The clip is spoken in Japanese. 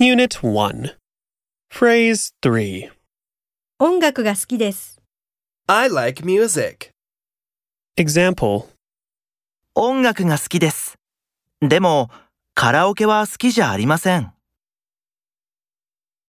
Unit 1. Phrase 3. 音楽が好きです。 I like music. Example 音楽が好きです。でも、カラオケは好きじゃありません。